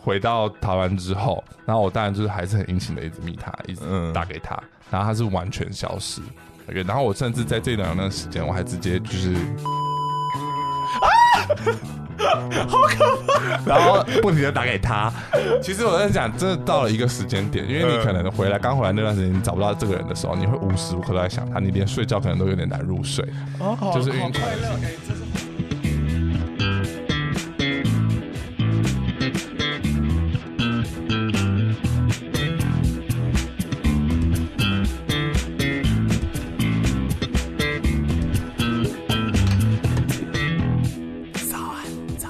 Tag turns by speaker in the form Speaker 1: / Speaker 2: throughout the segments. Speaker 1: 回到台湾之后，然后我当然就是还是很殷勤的一直密他，一直
Speaker 2: 嗯
Speaker 1: 打给他，然后他是完全消失。OK，然后我甚至在这两段时间，我还直接就是然后不停的打给他。其实我在讲，真的到了一个时间点，因为你可能回来刚回来那段时间，你找不到这个人的时候，你会无时无刻都在想他，你连睡觉可能都有点难入睡，就是晕船。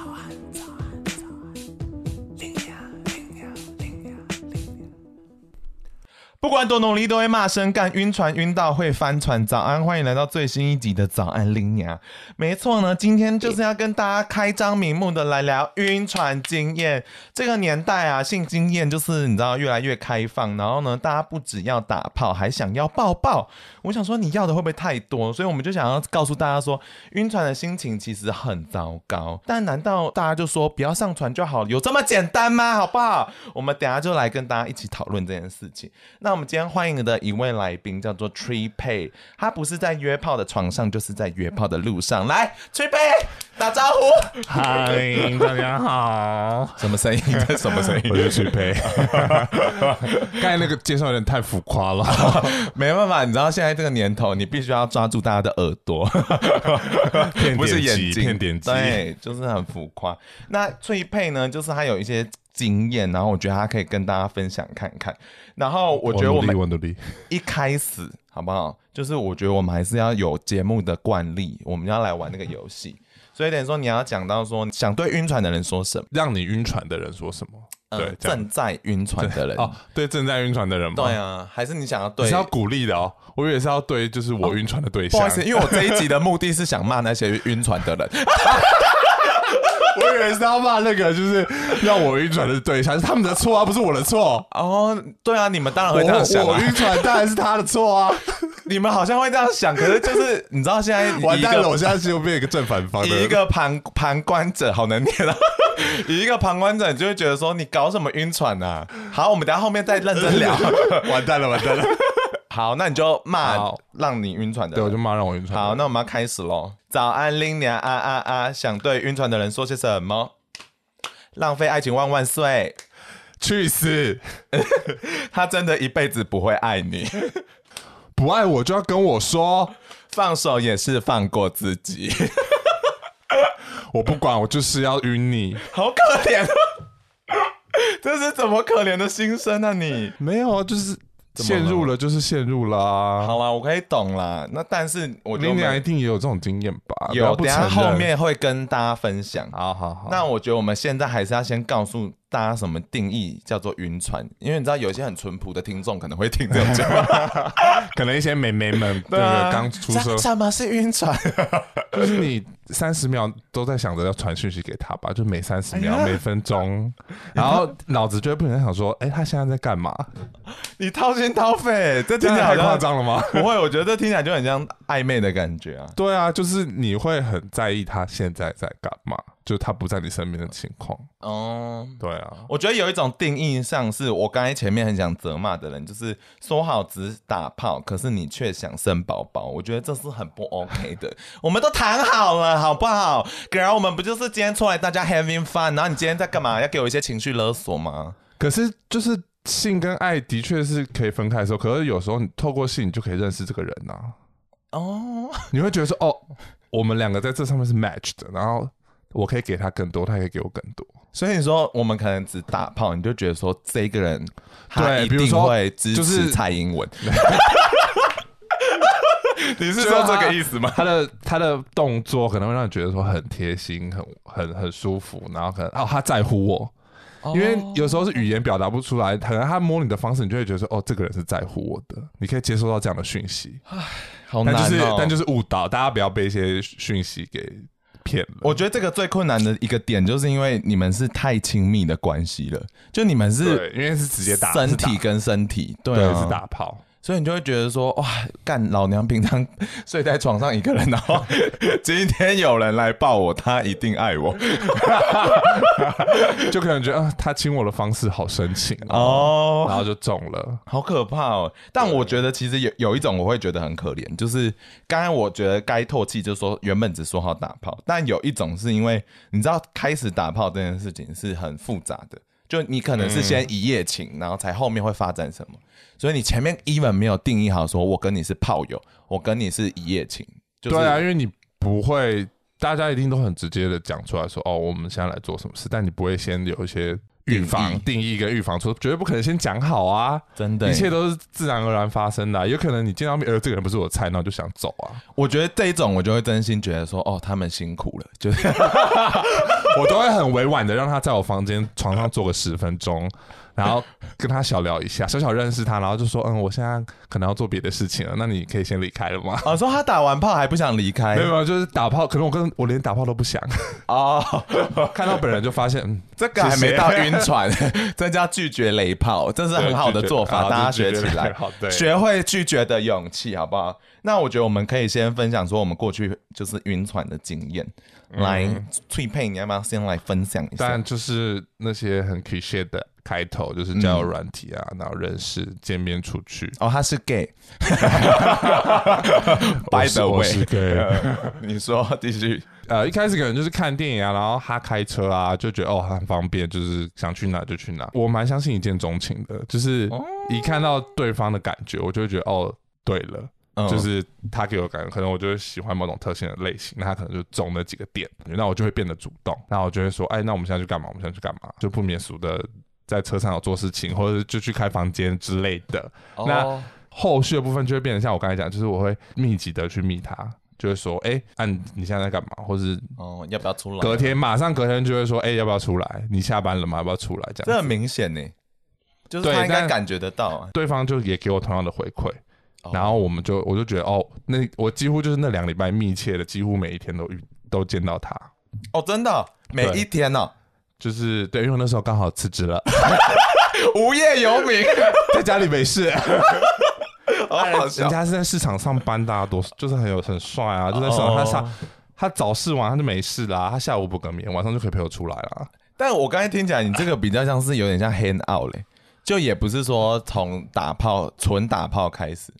Speaker 2: 不管多努力都会骂声干，晕船晕到会翻船。早安，欢迎来到最新一集的早安林娘。没错呢，今天就是要跟大家开张明目的来聊晕船经验。这个年代啊，性经验就是你知道越来越开放，然后呢，大家不只要打炮，还想要抱抱。我想说你要的会不会太多？所以我们就想要告诉大家说，晕船的心情其实很糟糕。但难道大家就说不要上船就好，有这么简单吗？好不好？我们等一下就来跟大家一起讨论这件事情。那我们今天欢迎的一位来宾叫做 Tree Pay，他不是在约炮的床上，就是在约炮的路上。来，Tree Pay 打招呼，
Speaker 1: 嗨，大家好，
Speaker 3: 什么声音？这什么声音？
Speaker 1: 我是许培。刚才那个介绍有点太浮夸了，
Speaker 2: 没办法，你知道现在这个年头，你必须要抓住大家的耳朵，
Speaker 1: 骗点击
Speaker 2: 不是眼睛，
Speaker 1: 骗点击
Speaker 2: 对，就是很浮夸。那翠佩呢，就是她有一些经验，然后我觉得她可以跟大家分享看看。然后我觉得我们
Speaker 1: 我努力，
Speaker 2: 一开始好不好？就是我觉得我们还是要有节目的惯例，我们要来玩那个游戏。所以等于说，你要讲到说，想对晕船的人说什么？
Speaker 1: 让你晕船的人说什么？对
Speaker 2: 呃，
Speaker 1: 这样
Speaker 2: 正在晕船的人，
Speaker 1: 哦，对，正在晕船的人吗？
Speaker 2: 对啊，还是你想要
Speaker 1: 你
Speaker 2: 对
Speaker 1: 是？要鼓励的哦，我以为是要对，就是我晕船的对
Speaker 2: 不
Speaker 1: 象。
Speaker 2: 好意思，因为我这一集的目的是想骂那些晕船的 人。
Speaker 1: 我以为是要骂那个，就是让我晕船的对象，是他们的错啊，不是我的错。
Speaker 2: 哦，对啊，你们当然
Speaker 1: 我
Speaker 2: 会这样想
Speaker 1: 我
Speaker 2: 啊，
Speaker 1: 晕船当然是他的错啊！
Speaker 2: 你们好像会这样想，可是就是 你知 道现在以一个
Speaker 1: 完蛋了，我现在是又变一个正反方的。
Speaker 2: 以一个 旁旁观者，好难念啊！ 以一个旁观者，你就会觉得说你搞什么晕船啊？好，我们等一下后面再认 真聊。
Speaker 1: 完蛋了，完 蛋了！
Speaker 2: 好，那你就骂
Speaker 1: 好
Speaker 2: 让你晕船的
Speaker 1: 对，我
Speaker 2: 人。
Speaker 1: 就骂让我晕船。
Speaker 2: 好，，那我们要开始喽。早安，林娘啊啊啊！想对晕船的人说些什么？浪费爱情万万岁！
Speaker 1: 去死！
Speaker 2: 他真的一辈子不会爱你，
Speaker 1: 不爱我就要跟我说，
Speaker 2: 放手也是放过自己，
Speaker 1: 我不管，我就是要晕你。
Speaker 2: 好可怜啊！ 这是怎么可怜的心声啊你？
Speaker 1: 没有啊，就是
Speaker 2: 么了
Speaker 1: 陷入了，就是陷入了啊。
Speaker 2: 好啦，我可以懂啦。那但是我觉
Speaker 1: 林
Speaker 2: 得我
Speaker 1: 娘
Speaker 2: 们
Speaker 1: 一定也有这种经验吧？不
Speaker 2: 有，
Speaker 1: 要不
Speaker 2: 等一下
Speaker 1: 承
Speaker 2: 后
Speaker 1: 认。
Speaker 2: 面会跟大家分享。
Speaker 1: 好好好，
Speaker 2: 那我觉得我们现在还是要先告诉大家什么定义叫做晕船，因为你知道有一些很淳朴的听众可能会听这种节目，
Speaker 1: 可能一些美眉们， 对
Speaker 2: 啊
Speaker 1: 刚出
Speaker 2: 什
Speaker 1: 生，
Speaker 2: 什么是晕船？
Speaker 1: 就是你三十秒都在想着要传讯息给他吧，就每三十秒、
Speaker 2: 哎呀
Speaker 1: 每分 钟，然后脑子就会不停地想说，哎、他现在在干 嘛？
Speaker 2: 你掏心掏肺，这
Speaker 1: 这
Speaker 2: 听
Speaker 1: 样
Speaker 2: 起来好
Speaker 1: 太
Speaker 2: 像
Speaker 1: 夸。张了吗？
Speaker 2: 不会，我觉得这听起来就很像暧昧的感觉啊。
Speaker 1: 对啊，就是你会很在意他现在在干嘛，就是他不在你身边的情况。
Speaker 2: 哦、
Speaker 1: 对啊，
Speaker 2: 我觉得有一种定义上是我刚才前面很想责骂的人，就是说好只打炮，可是你却想生宝宝，我觉得这是很不 OK 的。 我们都谈好了，好不好？girl，我们不就是今天出来大家 having fun，然后你今天在干嘛？要给我一些情绪勒索吗？
Speaker 1: 可是就是性跟爱的确是可以分开的时候，可是有时候你透过性你就可以认识这个人呐、啊，
Speaker 2: 哦、
Speaker 1: 你会觉得说，哦，我们两个在这上面是 match 的，然后我可以给他更多，他也可以给我更多。
Speaker 2: 所以你说我们可能只打炮，你就觉得说这个人他
Speaker 1: 对
Speaker 2: 一
Speaker 1: 比如
Speaker 2: 定
Speaker 1: 说
Speaker 2: 会支
Speaker 1: 就
Speaker 2: 持
Speaker 1: 是
Speaker 2: 蔡 英文，
Speaker 1: 你是
Speaker 2: 说这个意
Speaker 1: 思吗？他的他的动作可能会让你觉得说很贴心、很很很舒服，然后可能哦他在乎我，因为有时候是语言表达不出来，可能他摸你的方式，你就会觉得说哦这个人是在乎我的，你可以接收到这样的讯息，
Speaker 2: 好难
Speaker 1: 但
Speaker 2: 哦。
Speaker 1: 就是但就是误导，大家不要被一些讯息给骗了。
Speaker 2: 我觉得这个最困难的一个点，就是因为你们是太亲密的关系了，就你们是
Speaker 1: 对，因为是直接打
Speaker 2: 身
Speaker 1: 是打
Speaker 2: 体跟身体，对
Speaker 1: 对
Speaker 2: 啊，
Speaker 1: 是打炮，
Speaker 2: 所以你就会觉得说，哇，干老娘平常 睡在床上一个人，然后 今天有人来抱我，他一定爱我。
Speaker 1: 就可能觉得啊，他亲我的方式好深情哦，
Speaker 2: 哦，
Speaker 1: 然后就中了。
Speaker 2: 好可怕哦！但我觉得其实有有一种我会觉得很可怜，就是刚才我觉得该唾弃，就是说原本只说好打炮，但有一种是因为你知道开始打炮这件事情是很复杂的，就你可能是
Speaker 1: 嗯
Speaker 2: 先一夜情，然后才后面会发展什么，所以你前面 even 没有定义好，说我跟你是炮友，我跟你是一夜情，就是、
Speaker 1: 对啊，因为你不会，大家一定都很直接的讲出来说，哦，我们现在来做什么事，但你不会先有一些预
Speaker 2: 定
Speaker 1: 防
Speaker 2: 义
Speaker 1: 定义跟预防措施，绝对不可能先讲好啊。
Speaker 2: 真的欸
Speaker 1: 一
Speaker 2: 耶，
Speaker 1: 切都是自然而然发生的啊、有可能你见到面，呃，这个人不是我菜，那我就想走啊。
Speaker 2: 我觉得这一种我就会真心觉得说，哦，他们辛苦了，就是
Speaker 1: 我都会很委婉的让他在我房间床上坐个十分钟，然后跟他小聊一下，小小认识他，然后就说，嗯，我现在可能要做别的事情了，那你可以先离开了吗？
Speaker 2: 哦，说他打完炮还不想 离开
Speaker 1: 没有没有，就是打炮，可能我跟我连打炮都不想，
Speaker 2: 哦。
Speaker 1: 看到本人就发现，嗯，
Speaker 2: 这个还
Speaker 1: 谢谢
Speaker 2: 没到晕船，这叫拒绝雷炮，这是很好的做法，
Speaker 1: 对
Speaker 2: 大家
Speaker 1: 拒绝
Speaker 2: 学起
Speaker 1: 啊对拒绝
Speaker 2: 来
Speaker 1: 雷炮，对
Speaker 2: 学会拒绝的勇气，好不好？那我觉得我们可以先分享说我们过去就是晕船的经验，来，翠佩，你要不要先来分享一
Speaker 1: 嗯
Speaker 2: 下
Speaker 1: 但？就是那些很 cliché 的开头，就是交友软体啊，然后认识、见面、出去。
Speaker 2: 哦，他是 gay，by
Speaker 1: 我
Speaker 2: the
Speaker 1: 是我
Speaker 2: way，
Speaker 1: 是 gay
Speaker 2: 你说继续，
Speaker 1: 呃，一开始可能就是看电影啊，然后他开车啊，就觉得哦很方便，就是想去哪就去哪。我蛮相信一见钟情的，就是一看到对方的感觉，我就会觉得哦对了。
Speaker 2: 嗯
Speaker 1: 就是他给我感觉，可能我就会喜欢某种特性的类型，那他可能就中那几个点，那我就会变得主动，那我就会说，哎，那我们现在去干嘛？我们现在去干嘛？就不免俗的在车上有做事情，或者是就去开房间之类的。那
Speaker 2: 哦
Speaker 1: 后续的部分就会变成像我刚才讲，就是我会密集的去密他，就会说，哎，啊你你现在在干嘛？或是
Speaker 2: 哦，要不要出来？
Speaker 1: 隔天马上隔天就会说，哎，要不要出来？你下班了吗？要不要出来？这
Speaker 2: 这
Speaker 1: 样
Speaker 2: 很
Speaker 1: 子。
Speaker 2: 明显呢，就是
Speaker 1: 对
Speaker 2: 他应该
Speaker 1: 但
Speaker 2: 感觉得到啊。
Speaker 1: 对方就也给我同样的回馈，
Speaker 2: 哦
Speaker 1: 然后我们就我就觉得哦，那我几乎就是那两礼拜密切的，几乎每一天都遇都见到他，
Speaker 2: 哦，真的哦，每
Speaker 1: 对
Speaker 2: 一天哦，
Speaker 1: 就是对，因为我那时候刚好辞职 了，
Speaker 2: 无业游 民，
Speaker 1: 在家里没事，
Speaker 2: 好 好笑
Speaker 1: 人。家是在市场上班的、啊，多就是很有很帅啊，就在市场
Speaker 2: 哦
Speaker 1: 他下。他早试完他就没事啦，他下午不更眠，晚上就可以陪我出来啦。
Speaker 2: 但我刚才听起来，你这个比较像是有点像 hand out 嘞，就也不是说从打炮纯打炮开始，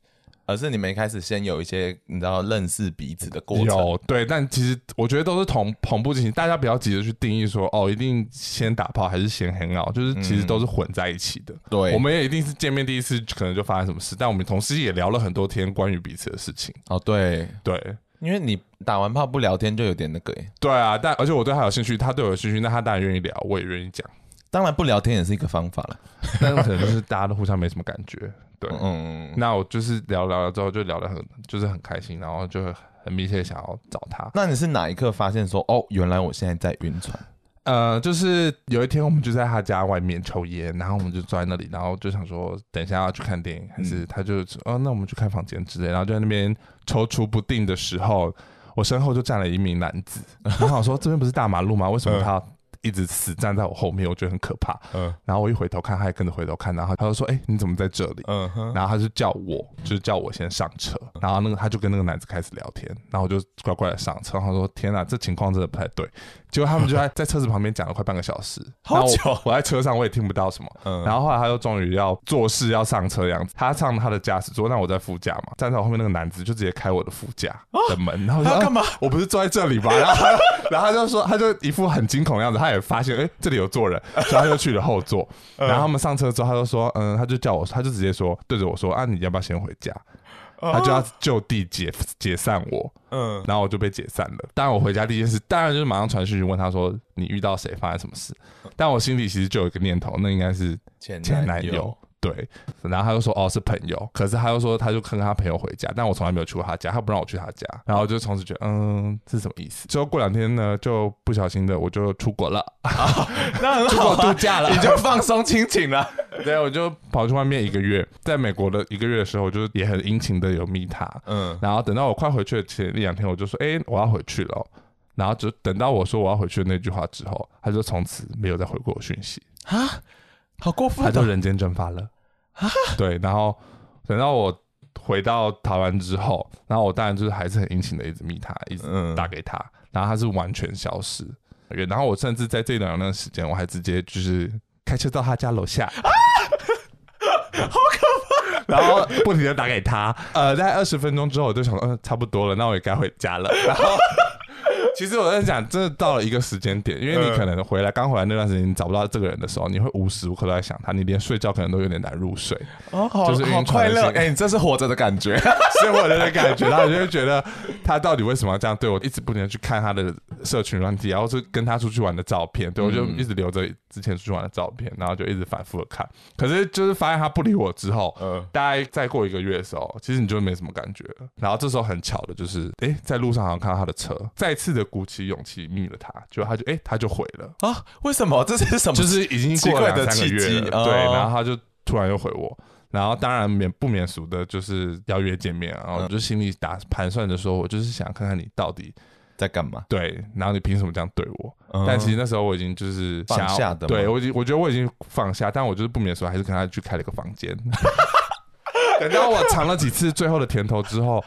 Speaker 2: 而是你们一开始先有一些你知道认识彼此的过程。
Speaker 1: 有对，但其实我觉得都是同同步进行，大家不要急着去定义说哦，一定先打炮还是先很好，就是其实都是混在一起的。
Speaker 2: 嗯对
Speaker 1: 我们也一定是见面第一次可能就发生什么事，但我们同时也聊了很多天关于彼此的事情。
Speaker 2: 哦，对，
Speaker 1: 对，
Speaker 2: 因为你打完炮不聊天就有点那个耶，
Speaker 1: 对啊，但而且我对他有兴趣，他对我有兴趣，那他当然愿意聊，我也愿意 讲。
Speaker 2: 当然不聊天也是一个方法了。
Speaker 1: 但可能就是大家都互相没什么感觉。对，
Speaker 2: 嗯，
Speaker 1: 那我就是聊聊了之后就聊得很就是很开心，然后就很密切地想要找他。
Speaker 2: 那你是哪一刻发现说哦，原来我现在在晕船？
Speaker 1: 呃，就是有一天我们就在他家外面抽烟，然后我们就坐在那里，然后就想说等一下要去看电影，还是他就说哦，那我们去开房间之类，然后就在那边踌躇不定的时候，我身后就站了一名男子，然后我想说这边不是大马路吗？为什么他要一直死站在我后面？我觉得很可怕。
Speaker 2: 嗯
Speaker 1: 然后我一回头看，他也跟着回头看，然后他就说：“哎、你怎么在这里？”
Speaker 2: 嗯哼，
Speaker 1: 然后他就叫我，就是叫我先上车。然后那个他就跟那个男子开始聊天，然后我就乖乖的上车。然后说：“天哪，这情况真的不太对。”结果他们就在在车子旁边讲了快半个小时，
Speaker 2: 好久
Speaker 1: 然后我我在车上我也听不到什么。
Speaker 2: 嗯
Speaker 1: 然后后来他又终于要做事要上车的样子，他上他的驾驶座，那我在副驾嘛，站在我后面那个男子就直接开我的副驾的门，然后我就
Speaker 2: 啊他
Speaker 1: 说
Speaker 2: 干嘛
Speaker 1: 啊我不是坐在这里吗？然后他就然后他就说，他就一副很惊恐的样子，他也发现哎、这里有坐人，所以他就去了后 座。
Speaker 2: 嗯
Speaker 1: 然后他们上车之后，他就说嗯，他就叫我，他就直接说对着我说啊，你要不要先回家？他就要
Speaker 2: 啊
Speaker 1: 就地解解散我，
Speaker 2: 嗯，
Speaker 1: 然后我就被解散了。当然，我回家第一件事，当然就是马上传讯息问他说你遇到谁，发生什么事。但我心里其实就有一个念头，那应该是
Speaker 2: 前
Speaker 1: 前
Speaker 2: 男
Speaker 1: 男
Speaker 2: 友
Speaker 1: 友。对，然后他又说哦是朋友，可是他又说他就跟他朋友回家，但我从来没有去过他家，他不让我去他家，然后就从此觉得嗯是什么意思？之后过两天呢，就不小心的我就出国了，
Speaker 2: 那很
Speaker 1: 出
Speaker 2: 好
Speaker 1: 国度
Speaker 2: 啊，
Speaker 1: 假了
Speaker 2: 你，就放松心情了。
Speaker 1: 对，我就跑去外面一个月，在美国的一个月的时候，我就也很殷勤的有密他，
Speaker 2: 嗯，
Speaker 1: 然后等到我快回去的前一两天，我就说哎、我要回去了哦，然后就等到我说我要回去的那句话之后，他就从此没有再回过我讯息。
Speaker 2: 啊，好过分
Speaker 1: 他
Speaker 2: 哦
Speaker 1: 就人间蒸发了。对，然后等到我回到台湾之后，然后我当然就是还是很殷勤的一直密他，一直
Speaker 2: 嗯
Speaker 1: 打给他，然后他是完全消失。然后我甚至在这两段时间，我还直接就是开车到他家楼下，啊、好可怕！然后不停的打给 他，呃，在二十分钟之后，我就想说，嗯、差不多了，那我也该回家 了。然后。其实我在讲，真的到了一个时间点，因为你可能回来刚回来那段时间，你找不到这个人的时候，你会无时无刻都在想他，你连睡觉可能都有点难入睡。
Speaker 2: 哦，好
Speaker 1: 就是晕
Speaker 2: 好快
Speaker 1: 船
Speaker 2: 乐，
Speaker 1: 性
Speaker 2: 哎、你这是活着的感 觉。
Speaker 1: 所以我的感觉，然后我就会觉得他到底为什么要这样对我，一直不停的去看他的社群软体，然后是跟他出去玩的照片，对我就一直留着之前出去玩的照片，然后就一直反复的看。可是就是发现他不理我之后，
Speaker 2: 嗯
Speaker 1: 大概再过一个月的时候，其实你就没什么感觉了。然后这时候很巧的就是，哎、在路上好像看到他的车，再次的鼓起勇气密了他，就他就哎、他就回了。
Speaker 2: 啊，为什么？这 是什么？
Speaker 1: 就是已经
Speaker 2: 奇
Speaker 1: 过
Speaker 2: 怪
Speaker 1: 了
Speaker 2: 的
Speaker 1: 两三个
Speaker 2: 契
Speaker 1: 月
Speaker 2: 机
Speaker 1: 了，
Speaker 2: 哦
Speaker 1: 对，然后他就突然又回我，然后当然免不免俗的就是邀约见面
Speaker 2: 嗯
Speaker 1: 啊，然后我就心里打盘算着说，我就是想看看你到底
Speaker 2: 在干嘛？
Speaker 1: 对，然后你凭什么这样对我？
Speaker 2: 嗯
Speaker 1: 但其实那时候我已经就是想要
Speaker 2: 放下的吗
Speaker 1: 对我已经我觉得我已经放下，但我就是不免俗，还是跟他去开了一个房间。 等到我尝了几次最后的甜头之后，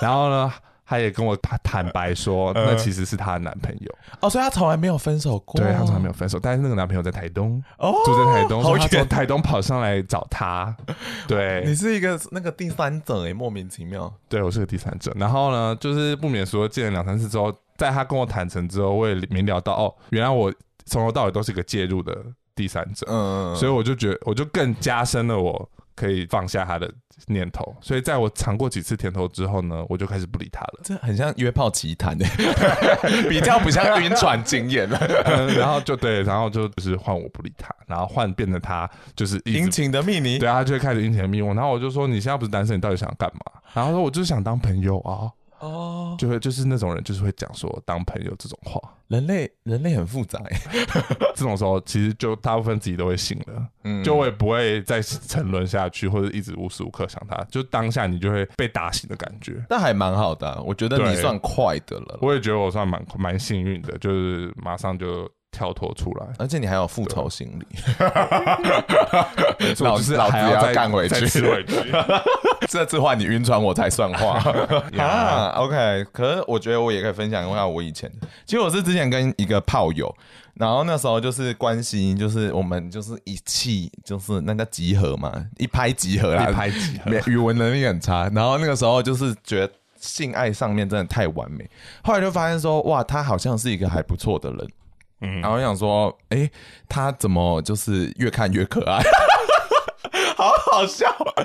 Speaker 1: 然后呢，他也跟我坦坦白说，
Speaker 2: 嗯
Speaker 1: 那其实是她的男朋友。
Speaker 2: 哦，所以他从来没有分手过。
Speaker 1: 对，他从来没有分手，但是那个男朋友在台东，
Speaker 2: 哦
Speaker 1: 住在台东，
Speaker 2: 好
Speaker 1: 所以他从
Speaker 2: 远
Speaker 1: 台东跑上来找他。
Speaker 2: 你
Speaker 1: 对，
Speaker 2: 是一个那个第三者哎、莫名其妙。
Speaker 1: 对我是个第三者。然后呢，就是不免说见了两三次之后，在他跟我坦诚之后，我也明了到哦，原来我从头到尾都是一个介入的第三者，
Speaker 2: 嗯，
Speaker 1: 所以我就觉得我就更加深了我。可以放下他的念头，所以在我尝过几次甜头之后呢，我就开始不理他
Speaker 2: ，
Speaker 1: 了
Speaker 2: 这很像约炮奇谈的， 比较不像晕船经验了。
Speaker 1: 嗯然后就对，然后就就是换我不理他，然后换变成他就是 一直
Speaker 2: 殷勤的秘 密，
Speaker 1: 对啊，他就会开始殷勤地密我，然后我就说你现在不是单身，你到底想干嘛？然后他说我就是想当朋友啊，
Speaker 2: 哦，
Speaker 1: 就会就是那种人就是会讲说当朋友这种话，
Speaker 2: 人类人类很复杂哎、
Speaker 1: 这种时候其实就大部分自己都会信了，
Speaker 2: 嗯
Speaker 1: 就我也不会再沉沦下去，或者一直无时无刻想他，就当下你就会被打醒的感觉。
Speaker 2: 但还蛮好的啊、我觉得
Speaker 1: 对
Speaker 2: 你算快的了啦，
Speaker 1: 我也觉得我算蛮蛮幸运的，就是马上就跳脱出来，
Speaker 2: 而且你还有复仇心 理，
Speaker 1: 所以我就是还
Speaker 2: 老子
Speaker 1: 要再
Speaker 2: 干回
Speaker 1: 再
Speaker 2: 去，
Speaker 1: 吃 回去。
Speaker 2: 这次换你晕船我才算话
Speaker 1: 呀
Speaker 2: 啊。OK，可是我觉得我也可以分享一下我以前，其实我是之前跟一个炮友，然后那时候就是关系，就是我们就是一气，就是那个集合嘛，一拍即合啦，
Speaker 1: 一拍即合
Speaker 2: 没，语文能力很差。然后那个时候就是觉得性爱上面真的太完美，后来就发现说，哇，他好像是一个还不错的人。嗯，然后我想说，诶，他怎么就是越看越可爱， 好好笑啊、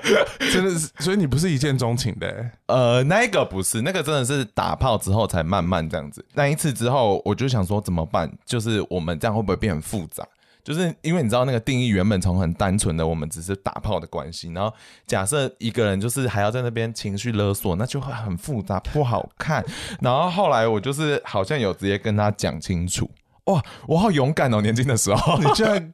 Speaker 1: 真的是，所以你不是一见钟情的、 欸，
Speaker 2: 呃，那一个不是，那个真的是打炮之后才慢慢这样子。那一次之后，我就想说怎么办？就是我们这样会不会变很复杂？就是因为你知道那个定义原本从很单纯的我们只是打炮的关系，然后假设一个人就是还要在那边情绪勒索，那就会很复杂不好看。然后后来我就是好像有直接跟他讲清楚，哇，我好勇敢哦，年轻的时候
Speaker 1: 你居然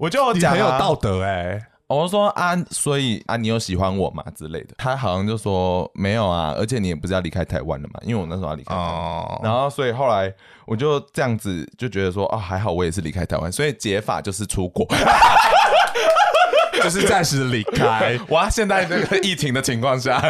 Speaker 2: 我就
Speaker 1: 你
Speaker 2: 讲、啊、
Speaker 1: 很有道德哎、
Speaker 2: 我就说啊，所以啊，你有喜欢我吗之类的？他好像就说没有啊，而且你也不是要离开台湾了嘛，因为我那时候要离开台湾。
Speaker 1: 哦，
Speaker 2: 然后，所以后来我就这样子就觉得说，哦，还好我也是离开台湾，所以解法就是出国。
Speaker 1: 就是暂时离开，
Speaker 2: 哇，现在这个疫情的情况 下，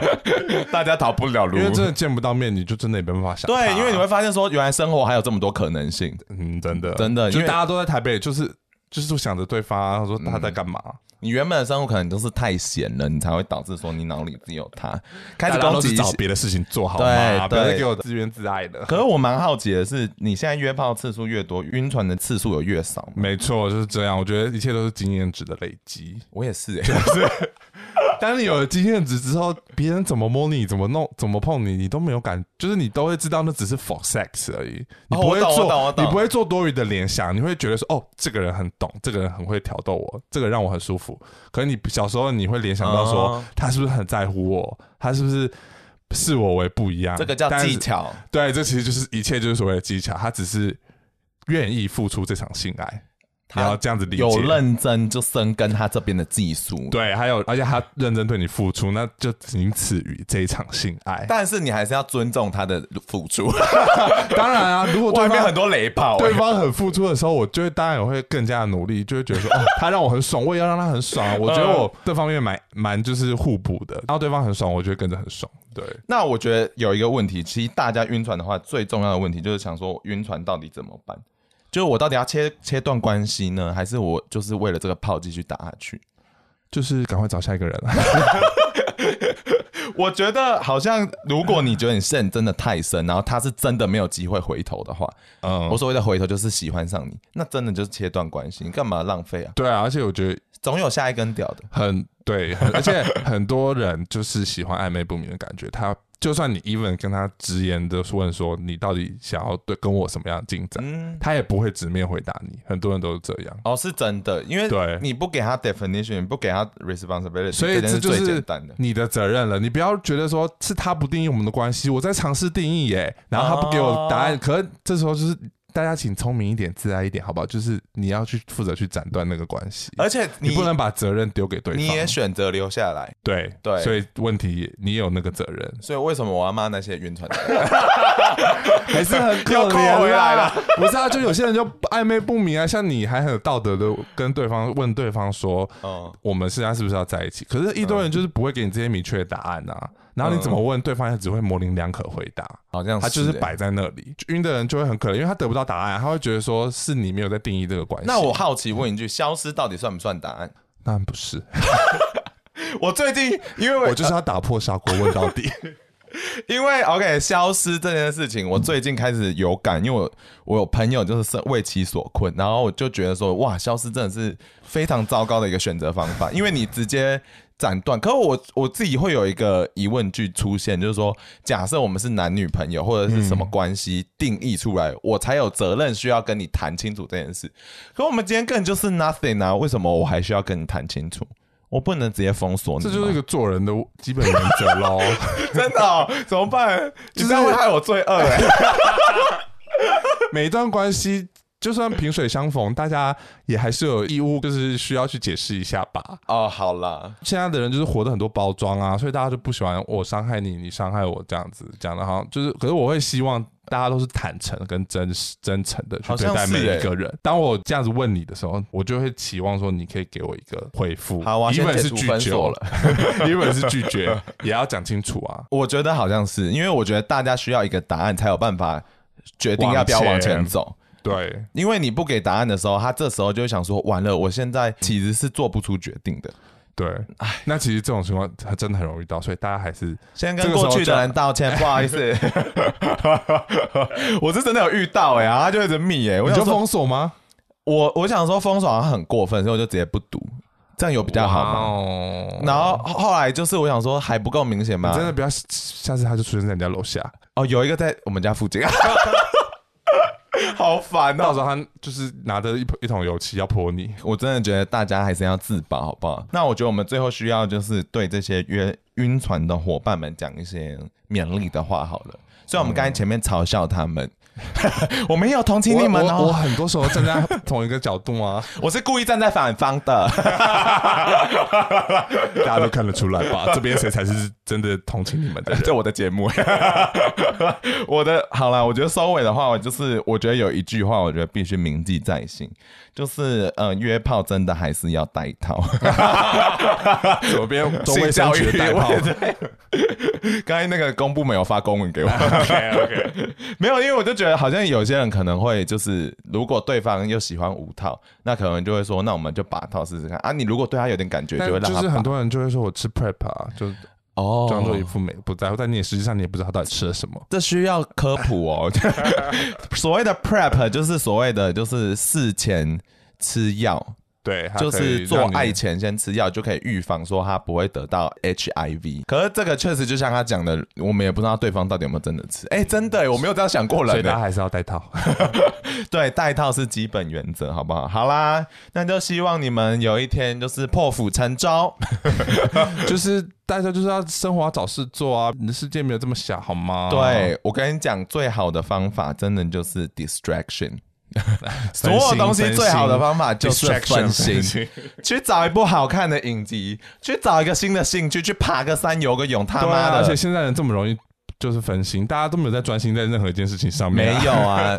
Speaker 2: 大家逃不了路
Speaker 1: 因。为真的见不到面，你就真的也没办法想他。
Speaker 2: 对，因为你会发现说，原来生活还有这么多可能性。
Speaker 1: 嗯，真的
Speaker 2: 真的
Speaker 1: 就
Speaker 2: 因为
Speaker 1: 大家都在台北，就是就是想着对方啊，他说他在干嘛，
Speaker 2: 你原本的生活可能都是太闲了，你才会导致说你脑里只有他。开
Speaker 1: 大
Speaker 2: 始
Speaker 1: 家
Speaker 2: 攻
Speaker 1: 都是
Speaker 2: 击
Speaker 1: 找别的事情做好
Speaker 2: 对
Speaker 1: 嘛，不要再
Speaker 2: 对
Speaker 1: 给我自怨自艾的。
Speaker 2: 可是我蛮好奇的是，你现在约炮次数越多，晕船的次数有越少吗？
Speaker 1: 没错，就是这样。我觉得一切都是经验值的累积。
Speaker 2: 我 也是、
Speaker 1: 啊
Speaker 2: 欸，
Speaker 1: 当你有了经验值之后，别人怎么摸你、怎么弄、怎么碰你，你都没有感，就是你都会知道那只是 for sex 而已。你
Speaker 2: 哦
Speaker 1: 不会
Speaker 2: 我懂我懂
Speaker 1: 做
Speaker 2: 我，懂
Speaker 1: 你不会做多余的联想，你会觉得说，哦，这个人很懂，这个人很会挑逗我，这个让我很舒服。可是你小时候你会联想到说
Speaker 2: 哦，
Speaker 1: 他是不是很在乎我？他是不是视我为不一样？
Speaker 2: 这个叫
Speaker 1: 但是
Speaker 2: 技。巧。
Speaker 1: 对，这其实就是一切就是所谓的技巧，他只是愿意付出这场性爱。你要这样子理解。
Speaker 2: 有认真就深耕他这边的技术，
Speaker 1: 对，还有而且他认真对你付出，那就仅此于这一场性爱。
Speaker 2: 但是你还是要尊重他的付出。
Speaker 1: 当然啊，如果对
Speaker 2: 外面
Speaker 1: 方
Speaker 2: 很多雷炮、欸
Speaker 1: 对方很付出的时候，我就会当然也会更加的努力，就会觉得说，哦，他让我很爽，我也要让他很爽啊。我
Speaker 2: 嗯
Speaker 1: 觉得我这方面蛮蛮就是互补的，然后对方很爽，我就会跟着很爽。对，
Speaker 2: 那我觉得有一个问题，其实大家晕船的话，最重要的问题就是想说，我晕船到底怎么办？就是我到底要切切断关系呢，还是我就是为了这个炮继续打下去？
Speaker 1: 就是赶快找下一个人。啊
Speaker 2: 我觉得好像，如果你觉得你陷真的太深，然后他是真的没有机会回头的话，
Speaker 1: 嗯
Speaker 2: 我，所谓的回头就是喜欢上你，那真的就是切断关系，你干嘛浪费啊？
Speaker 1: 对啊，而且我觉得
Speaker 2: 总有下一根屌的。
Speaker 1: 很对，很而且很多人就是喜欢暧昧不明的感觉。他就算你 even 跟他直言的问说你到底想要对跟我什么样的进展，
Speaker 2: 嗯，
Speaker 1: 他也不会直面回答你。很多人都是这样，
Speaker 2: 哦，是真的，因
Speaker 1: 对
Speaker 2: 为你不给他 definition，你不给他 responsibility，
Speaker 1: 所以
Speaker 2: 这件
Speaker 1: 这
Speaker 2: 事
Speaker 1: 就
Speaker 2: 最
Speaker 1: 是
Speaker 2: 简单的。
Speaker 1: 你的责任了。你不要觉得说是他不定义我们的关系，我在尝试定义耶，然后他不给我答案。
Speaker 2: 哦
Speaker 1: 可是这时候就是大家请聪明一点，自爱一点，好不好？就是你要去负责去斩断那个关系，
Speaker 2: 而且
Speaker 1: 你
Speaker 2: 你
Speaker 1: 不能把责任丢给对方。
Speaker 2: 你也选择留下来，
Speaker 1: 对
Speaker 2: 对
Speaker 1: 所以问题你也有那个责 任。
Speaker 2: 所以为什么我要骂那些晕船的 人？
Speaker 1: 还是很可
Speaker 2: 又扣
Speaker 1: 怜
Speaker 2: 回来
Speaker 1: 啦
Speaker 2: 了。
Speaker 1: 不是啊，就有些人就暧昧不明啊，像你还很有道德的跟对方问对方说，
Speaker 2: 哦，
Speaker 1: 我们现在是不是要在一起？可是，一堆人就是不会给你这些明确的答案啊。然后你怎么问对方，也只会模棱两可回答，
Speaker 2: 好像
Speaker 1: 他就是
Speaker 2: 欸
Speaker 1: 摆在那里。晕的人就会很可怜，因为他得不到答案，他会觉得说是你没有在定义这个关系。
Speaker 2: 那我好奇问一句，消失到底算不算答案？
Speaker 1: 那不是，
Speaker 2: 我最近因为
Speaker 1: 我就是要打破砂锅问到底。
Speaker 2: 因为 OK 消失这件事情，我最近开始有感，因为我我有朋友就是身为其所困，然后我就觉得说，哇，消失真的是非常糟糕的一个选择方法，因为你直接斩断。可我我自己会有一个疑问句出现，就是说，假设我们是男女朋友或者是什么
Speaker 1: 嗯
Speaker 2: 关系定义出来，我才有责任需要跟你谈清楚这件事。可我们今天根本就是 nothing 啊，为什么我还需要跟你谈清楚？我不能直接封锁你
Speaker 1: 这
Speaker 2: 吗，
Speaker 1: 就是一个做人的基本原则 喽。
Speaker 2: 真的哦、怎么办？
Speaker 1: 是
Speaker 2: 你这样会害我罪恶哎、
Speaker 1: 每一段关系，就算萍水相逢，大家也还是有义务，就是需要去解释一下吧。
Speaker 2: 哦，好啦，
Speaker 1: 现在的人就是活得很多包装啊，所以大家就不喜欢我伤害你，你伤害我这样子讲的，好像就是，可是我会希望大家都是坦诚跟真实、真诚的去
Speaker 2: 好
Speaker 1: 对
Speaker 2: 像
Speaker 1: 待每
Speaker 2: 是欸
Speaker 1: 一个人。当我这样子问你的时候，我就会期望说你可以给我一个回复。
Speaker 2: 好啊
Speaker 1: 一
Speaker 2: 先
Speaker 1: 本
Speaker 2: 解
Speaker 1: 是
Speaker 2: 除
Speaker 1: 拒
Speaker 2: 分
Speaker 1: 绝
Speaker 2: 手
Speaker 1: 了， 一本是拒绝，也要讲清楚啊。
Speaker 2: 我觉得好像是，因为我觉得大家需要一个答案才有办法决定要不要
Speaker 1: 往
Speaker 2: 往
Speaker 1: 前
Speaker 2: 前走。
Speaker 1: 对，
Speaker 2: 因为你不给答案的时候，他这时候就会想说：完了，我现在其实是做不出决定的。
Speaker 1: 对，那其实这种情况还真的很容易遇到，所以大家还是
Speaker 2: 先
Speaker 1: 这
Speaker 2: 跟
Speaker 1: 个时候
Speaker 2: 过去
Speaker 1: 就
Speaker 2: 的人道歉，不好意思， 我是真的有遇到哎、然后他就一直密哎、我
Speaker 1: 你
Speaker 2: 想
Speaker 1: 就
Speaker 2: 说，
Speaker 1: 封锁吗？
Speaker 2: 我我想说封锁好像很过分，所以我就直接不读，这样有比较好
Speaker 1: 哇
Speaker 2: 吗？
Speaker 1: 哦
Speaker 2: 然后后来就是我想说还不够明显吗？
Speaker 1: 你真的不要，下次他就出现在你家楼下，
Speaker 2: 哦，有一个在我们家 附近，好烦
Speaker 1: 到
Speaker 2: 哦！
Speaker 1: 时候他就是拿着一一桶油漆要泼你。
Speaker 2: 我真的觉得大家还是要自保，好不好？那我觉得我们最后需要就是对这些约晕船的伙伴们讲一些勉励的话，好了。虽然我们刚才前面嘲笑他们， 我们也有同情你们
Speaker 1: 我我我
Speaker 2: 哦。
Speaker 1: 很多时候站在同一个角度啊，
Speaker 2: 我是故意站在反 方的，
Speaker 1: 大家都看得出来吧？这边谁才是真的同情你们的 人？
Speaker 2: 这我的节目。我的好啦，我觉得收尾的话，我就是我觉得有一句话，我觉得必须铭记在心，就是呃，约炮真的还是要带套。
Speaker 1: 左边都卫生局的代炮。
Speaker 2: 刚才那个公部门有发公文给 我没有，因为我就觉得好像有些人可能会就是，如果对方又喜欢五套，那可能就会说，那我们就把套试试看啊。你如果对他有点感觉，就会
Speaker 1: 但
Speaker 2: 让
Speaker 1: 就
Speaker 2: 他
Speaker 1: 是
Speaker 2: 拔
Speaker 1: 很多人就会说我吃 prep 啊，就
Speaker 2: 哦，
Speaker 1: 装作一副没不在乎，但你也实际上你也不知道他到底吃了什么。
Speaker 2: 这需要科普哦。 所谓的 prep 就是所谓的就是事前吃药，
Speaker 1: 对，它
Speaker 2: 就
Speaker 1: 可
Speaker 2: 是
Speaker 1: 以
Speaker 2: 做
Speaker 1: 让你
Speaker 2: 爱前先吃药，就可以预防说他不会得到 HIV。可是这个确实就像他讲的，我们也不知道对方到底有没有真的吃。哎、真的耶，我没有这样想过
Speaker 1: 所以
Speaker 2: 人
Speaker 1: 大家
Speaker 2: 呢。
Speaker 1: 还是要戴套。
Speaker 2: 对，带套是基本原则，好不好？好啦，那就希望你们有一天就是破釜沉舟。
Speaker 1: 就是大家就是要生活要找事做啊，你的世界没有
Speaker 4: 哦
Speaker 1: 这么小好吗？
Speaker 2: 对我跟你讲，最好的方法真的就是 distraction。
Speaker 4: 所有东西最好的方法就是
Speaker 1: Distraction，
Speaker 4: 分
Speaker 1: 分
Speaker 4: 心
Speaker 1: 心，
Speaker 4: 去找一部好看的影集，去找一个新的兴趣，去爬个山、游个泳，他
Speaker 1: 对
Speaker 4: 妈
Speaker 1: 啊，
Speaker 4: 的，
Speaker 1: 而且现在人这么容易就是分心，大家都没有在专心在任何一件事情上
Speaker 4: 没
Speaker 1: 面、啊。
Speaker 4: 有啊，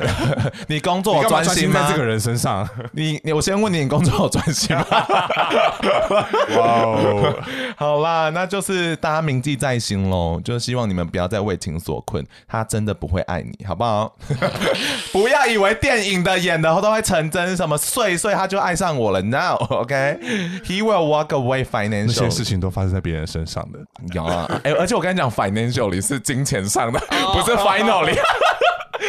Speaker 4: 你工作
Speaker 1: 你
Speaker 4: 有
Speaker 1: 干嘛
Speaker 4: 专
Speaker 1: 专
Speaker 4: 心
Speaker 1: 心
Speaker 4: 吗？
Speaker 1: 在这个人身上？
Speaker 4: 你你我先问你，你工作有专心吗？
Speaker 1: 哇哦，
Speaker 4: 好啦，那就是大家铭记在心喽，就是希望你们不要再为情所困，他真的不会爱你，好不 好？不要以为电影的演的都会成真，什么碎碎他就爱上我了，No，OK，He、will walk away
Speaker 1: 那些
Speaker 4: financially
Speaker 1: 事。情都发生在别人身上 的。
Speaker 4: 有啊，哦哎、而且我跟你讲，financially 是金钱上的，不是 finally，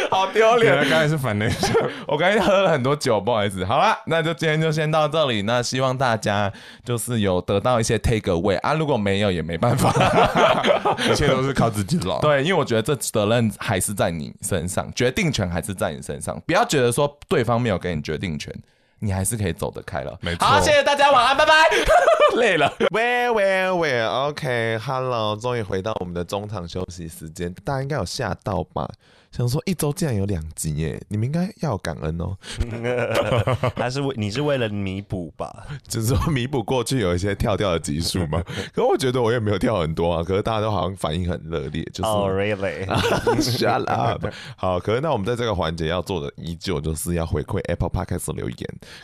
Speaker 4: 好丢
Speaker 1: 原
Speaker 4: 脸
Speaker 1: 来。刚才是反内向，
Speaker 4: 我刚才喝了很多酒，不好意思。好啦，那就今天就先到这里。那希望大家就是有得到一些 take away 啊，如果没有也没办法。
Speaker 1: 一切都是靠自己了。
Speaker 4: 对，因为我觉得这责任还是在你身上，决定权还是在你身上。不要觉得说对方没有给你决定权，你还是可以走得开了。
Speaker 1: 没错
Speaker 4: 好，谢谢大家，晚安，拜拜。 累了。
Speaker 2: 喂喂喂，OK，Hello，、终于回到我们的中场休息时间，大家应该有吓到吧？想说一周竟然有两集耶，你们应该要感恩哦，
Speaker 5: 还是为你是为了弥补吧？
Speaker 2: 就是说弥补过去有一些跳掉的集数嘛。可我觉得我也没有跳很多啊，可是大家都好像反应很热烈，就是、
Speaker 5: 哦、r e a l l y
Speaker 2: Shut up！好，啊可是那我们在这个环节要做的依旧就是要回馈 Apple Podcast 的留言，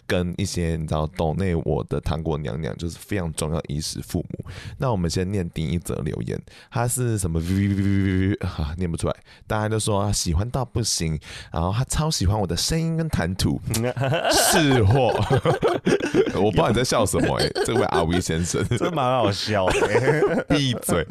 Speaker 2: 跟一些你知道懂内我的糖果娘娘就是非常重要的衣食父母。那我们先念第一则留言，他是什么 V V V V V 啊，念不出来。大家就说喜欢到不行，然后他超喜欢我的声音跟谈吐，是货。 我不知道你在笑什么哎、这位阿威先生，
Speaker 5: 这蛮好笑的、
Speaker 2: 闭嘴。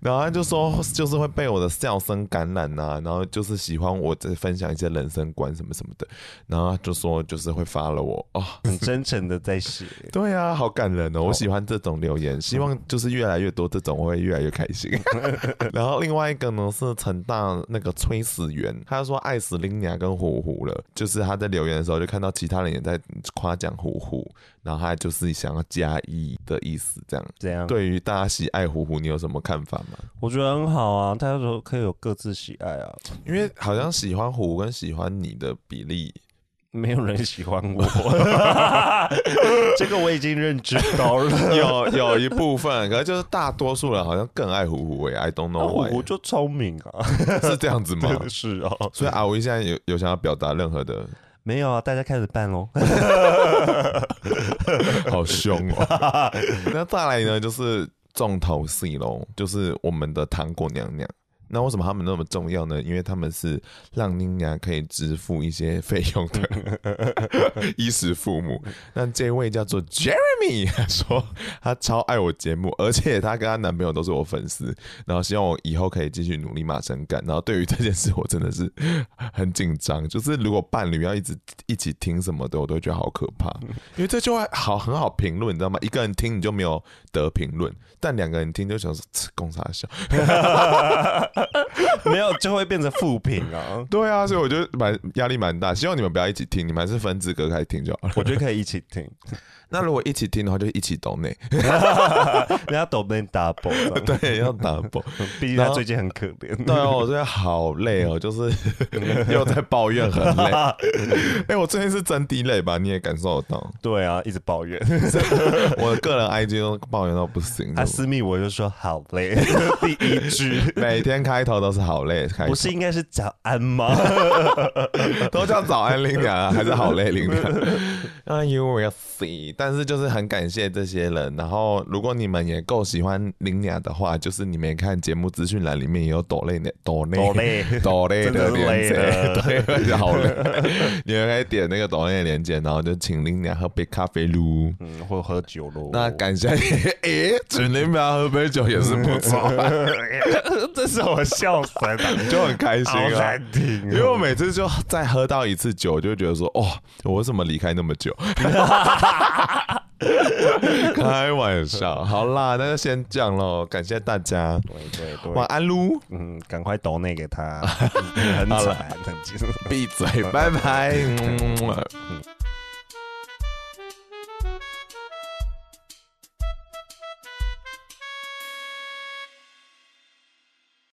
Speaker 2: 然后他就说，就是会被我的笑声感染呐、然后就是喜欢我在分享一些人生观什么什么的，然后他就说就是会发了我哦。
Speaker 5: 很真诚的在写。
Speaker 2: 对啊，好感人哦！我喜欢这种留言，希望就是越来越多这种，我会越来越开心。 然后另外一个呢是成大那个崔始源，他说爱死林雅跟虎虎了，就是他在留言的时候就看到其他人也在夸奖虎虎，然后他就是想要加一的意思，这样。
Speaker 5: 怎样？，
Speaker 2: 对于大家喜爱虎虎，你有什么看法吗？
Speaker 5: 我觉得很好啊，大家都可以有各自喜爱啊，
Speaker 2: 因为好像喜欢虎跟喜欢你的比例，
Speaker 5: 没有人喜欢 我，这个我已经认知到 了。
Speaker 2: 有有一部分，可是就是大多数人好像更爱虎虎诶、i don't
Speaker 5: 那
Speaker 2: know
Speaker 5: 我
Speaker 2: why，
Speaker 5: 我就聪明啊，
Speaker 2: 是这样子吗？
Speaker 5: 是啊，
Speaker 2: 所以阿威现在有有想要表达任何的，
Speaker 5: 没有啊，大家开始办 喽。
Speaker 2: 好凶哦。 那再来呢，就是重头戏喽，就是我们的糖果娘娘。那为什么他们那么重要呢？因为他们是让妮娘可以支付一些费用的 衣食父母。那这位叫做 Jeremy 他说，他超爱我节目，而且他跟她男朋友都是我粉丝，然后希望我以后可以继续努力马生干。然后对于这件事，我真的是很紧张，就是如果伴侣要一直一起听什么的，我都会觉得好可怕，因为这就会好很好评论，你知道吗？一个人听你就没有得评论，但两个人听就想说，呲公傻笑。
Speaker 5: 没有就会变成负评 啊。
Speaker 2: 对啊，所以我觉得蛮压力蛮大，希望你们不要一起听，你们还是分支隔开听就 好了。
Speaker 5: 我觉得可以一起听，
Speaker 2: 那如果一起听的话，就一起抖内，
Speaker 5: 人家抖被 double，这样
Speaker 2: 对，要 double。
Speaker 5: 毕竟他最近很可怜。
Speaker 2: 对哦，我最近好累哦，就是又在抱怨很 累。
Speaker 5: 哦
Speaker 2: 哎、我最近是真滴累吧？你也感受得到，
Speaker 5: 对啊，一直抱怨。
Speaker 2: 我的个人 IG 都抱怨到不行，
Speaker 5: 他私密我就说好累， 第一句
Speaker 2: 每天开头都是好累，开头
Speaker 5: 不是应该是早 安吗？
Speaker 2: 都叫早安林娘啊，还是好累林娘。哎呦我要死！但是就是很感谢这些人。然后如果你们也够喜欢林娘的话，就是你们也看节目资讯栏里面也有抖类的抖类
Speaker 5: 抖内
Speaker 2: 抖类的
Speaker 5: 真的是
Speaker 2: 连
Speaker 5: 累
Speaker 2: 接，
Speaker 5: 了
Speaker 2: 对，好累。你们可以点那个抖类的连接，然后就请林娘喝杯咖啡噜。
Speaker 5: 嗯，或喝酒喽。
Speaker 2: 那感谢， 诶、请林娘喝杯酒也是不错，啊
Speaker 5: 这是我笑死了，
Speaker 2: 就很开心
Speaker 5: 好
Speaker 2: 啊。
Speaker 5: 难听
Speaker 2: 因
Speaker 5: 哦，
Speaker 2: 为我每次就再喝到一次酒，就会觉得说，哦，我为什么离开那么久？ 开玩笑，好啦，那就先这样喽，感谢大家，
Speaker 5: 对对
Speaker 2: 晚
Speaker 5: 对，
Speaker 2: 安噜，
Speaker 5: 嗯，赶快抖 内嗯给他，很惨，很惨。
Speaker 2: 闭嘴，拜拜。嗯